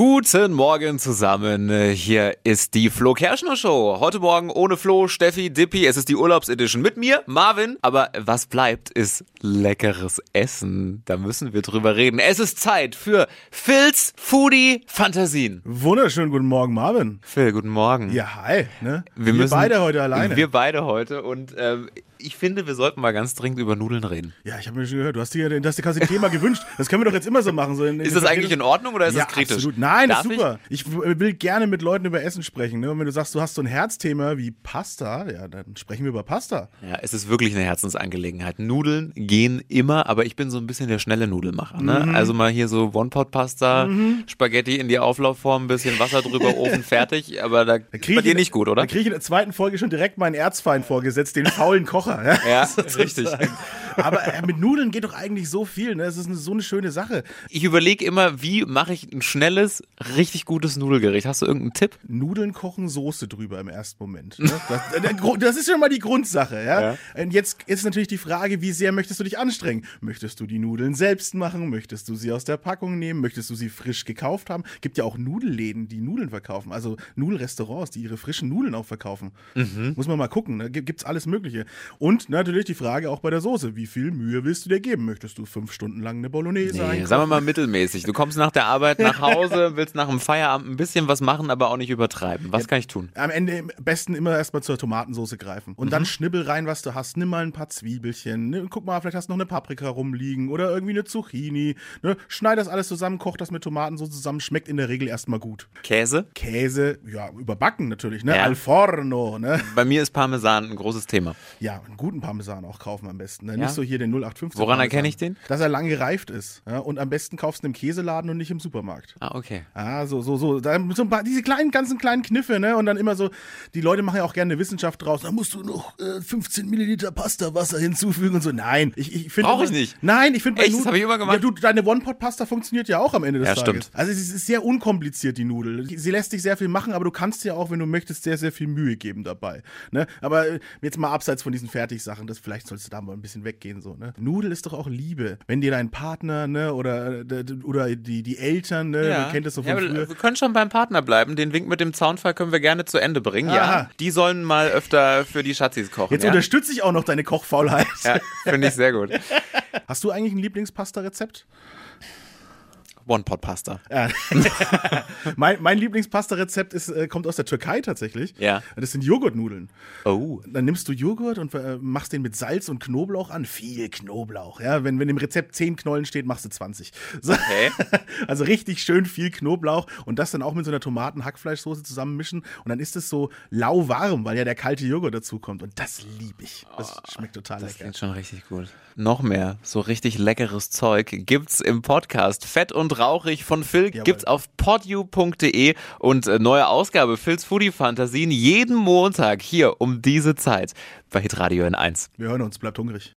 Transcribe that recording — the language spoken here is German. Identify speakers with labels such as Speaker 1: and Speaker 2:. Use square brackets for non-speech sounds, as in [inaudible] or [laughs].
Speaker 1: Guten Morgen zusammen. Hier ist die Flo Kerschner Show. Heute Morgen ohne Flo, Steffi, Dippi. Es ist die Urlaubsedition mit mir, Marvin. Aber was bleibt, ist leckeres Essen. Da müssen wir drüber reden. Es ist Zeit für Phils Foodie Fantasien.
Speaker 2: Wunderschönen guten Morgen, Marvin.
Speaker 1: Phil, guten Morgen.
Speaker 2: Ja, hi. Ne?
Speaker 1: wir müssen,
Speaker 2: beide heute alleine.
Speaker 1: Wir beide heute. Und ähm, ich finde, wir sollten mal ganz dringend über Nudeln reden.
Speaker 2: ja, ich habe mir schon gehört, du hast dir, du hast dir quasi ein Thema gewünscht. Das können wir doch jetzt immer so machen. So in,
Speaker 1: Ist das eigentlich in Ordnung oder ist
Speaker 2: ja,
Speaker 1: das kritisch?
Speaker 2: Absolut. Nein, das
Speaker 1: Darf
Speaker 2: ist
Speaker 1: ich?
Speaker 2: super. Ich? will gerne mit Leuten über Essen sprechen. Ne? Und wenn du sagst, du hast so ein Herzthema wie Pasta, ja, dann sprechen wir über Pasta.
Speaker 1: Ja, es ist wirklich eine Herzensangelegenheit. Nudeln gehen immer, aber ich bin so ein bisschen der schnelle Nudelmacher. Ne? Also mal hier so One-Pot-Pasta, Spaghetti in die Auflaufform, ein bisschen Wasser drüber, Ofen fertig. Aber da,
Speaker 2: Da
Speaker 1: ist bei dir nicht gut, oder?
Speaker 2: Da kriege ich in der zweiten Folge schon direkt meinen Erzfeind vorgesetzt, den faulen Kocher. [laughs]
Speaker 1: Ja,
Speaker 2: sozusagen.
Speaker 1: richtig.
Speaker 2: Aber äh, mit Nudeln geht doch eigentlich so viel. Ne? Es ist eine, so eine schöne Sache.
Speaker 1: Ich überlege immer, wie mache ich ein schnelles, richtig gutes Nudelgericht. Hast du irgendeinen Tipp?
Speaker 2: Nudeln kochen, Soße drüber im ersten
Speaker 1: [laughs]
Speaker 2: Moment. Ne? Das, äh, der Grund- das ist schon mal die Grundsache. Ja?
Speaker 1: Ja.
Speaker 2: Und jetzt ist natürlich die Frage, wie sehr möchtest du dich anstrengen? Möchtest du die Nudeln selbst machen? Möchtest du sie aus der Packung nehmen? Möchtest du sie frisch gekauft haben? Gibt ja auch Nudelläden, die Nudeln verkaufen. Also Nudelrestaurants, die ihre frischen Nudeln auch verkaufen.
Speaker 1: Mhm.
Speaker 2: Muss man mal gucken. Ne? Gibt es alles Mögliche. Und natürlich die Frage auch bei der Soße. Wie viel Mühe willst du dir geben? Möchtest du fünf Stunden lang eine Bolognese
Speaker 1: Nee,
Speaker 2: einkochen?
Speaker 1: sagen wir mal mittelmäßig. Du kommst nach der Arbeit nach Hause, willst nach dem Feierabend ein bisschen was machen, aber auch nicht übertreiben. Was kann ich tun?
Speaker 2: Am Ende am besten immer erstmal zur Tomatensauce greifen. Und
Speaker 1: Mhm.
Speaker 2: dann schnibbel rein, was du hast. Nimm mal ein paar Zwiebelchen. Ne? Guck mal, vielleicht hast du noch eine Paprika rumliegen oder irgendwie eine Zucchini. Ne? Schneid das alles zusammen, koch das mit Tomatensauce zusammen. Schmeckt in der Regel erstmal gut.
Speaker 1: Käse?
Speaker 2: Käse, ja, überbacken natürlich, ne?
Speaker 1: Ja.
Speaker 2: Al forno, ne?
Speaker 1: Bei mir ist Parmesan ein großes Thema.
Speaker 2: Ja, einen guten Parmesan auch kaufen am besten. Ne?
Speaker 1: Ja.
Speaker 2: Nicht so hier den 0815.
Speaker 1: Woran
Speaker 2: Parmesan.
Speaker 1: erkenne ich den?
Speaker 2: Dass er lang gereift ist. Ja? Und am besten kaufst du ihn im Käseladen und nicht im Supermarkt.
Speaker 1: Ah, okay.
Speaker 2: Ah, so, so, so. Da, so ein paar, diese kleinen, ganzen kleinen Kniffe, ne? Und dann immer so, die Leute machen ja auch gerne eine Wissenschaft draus. Da musst du noch äh, 15 Milliliter Pastawasser hinzufügen und so. Nein, ich, ich finde.
Speaker 1: Brauch
Speaker 2: immer-
Speaker 1: ich nicht.
Speaker 2: Nein, ich finde. bei
Speaker 1: Echt? Das
Speaker 2: Nudeln-
Speaker 1: hab ich immer gemacht.
Speaker 2: Ja, du, deine One-Pot-Pasta funktioniert ja auch am Ende des
Speaker 1: Ja,
Speaker 2: Tages.
Speaker 1: stimmt.
Speaker 2: Also, es ist sehr unkompliziert, die Nudel. Sie lässt dich sehr viel machen, aber du kannst dir auch, wenn du möchtest, sehr, sehr viel Mühe geben dabei. Ne? Aber äh, jetzt mal abseits von diesen Fertigsachen, das vielleicht sollst du da mal ein bisschen weggehen, so, ne? Nudel ist doch auch Liebe. Wenn dir dein Partner, ne, oder, oder die, die Eltern, ne, man kennt das so von
Speaker 1: aber
Speaker 2: früher.
Speaker 1: Wir können schon beim Partner bleiben. Den Wink mit dem Zaunfall können wir gerne zu Ende bringen. Ja,
Speaker 2: Aha.
Speaker 1: die sollen mal öfter für die Schatzis kochen.
Speaker 2: Jetzt
Speaker 1: ja?
Speaker 2: unterstütze ich auch noch deine Kochfaulheit.
Speaker 1: ja, finde ich sehr
Speaker 2: [laughs]
Speaker 1: gut.
Speaker 2: Hast du eigentlich ein Lieblingspasta-Rezept?
Speaker 1: One-Pot-Pasta.
Speaker 2: Mein, mein Lieblingspasta-Rezept ist, äh, kommt aus der Türkei tatsächlich.
Speaker 1: Ja.
Speaker 2: Das sind Joghurtnudeln.
Speaker 1: Oh.
Speaker 2: Dann nimmst du Joghurt und äh, machst den mit Salz und Knoblauch an. Viel Knoblauch. Ja, wenn, wenn im Rezept 10 Knollen steht, machst du 20. So.
Speaker 1: Okay.
Speaker 2: [laughs] Also richtig schön viel Knoblauch und das dann auch mit so einer Tomaten-Hackfleischsoße zusammenmischen. Und dann ist es so lauwarm, weil ja der kalte Joghurt dazukommt. Und das liebe ich. Das schmeckt total
Speaker 1: Oh, Das
Speaker 2: lecker.
Speaker 1: klingt schon richtig gut. Noch mehr so richtig leckeres Zeug gibt's im Podcast Fett und Rauchig von Phil. Gibt's auf podyou.de und äh, neue Ausgabe Phils Foodie Fantasien jeden Montag hier um diese Zeit bei Hitradio N1.
Speaker 2: Wir hören uns. Bleibt hungrig.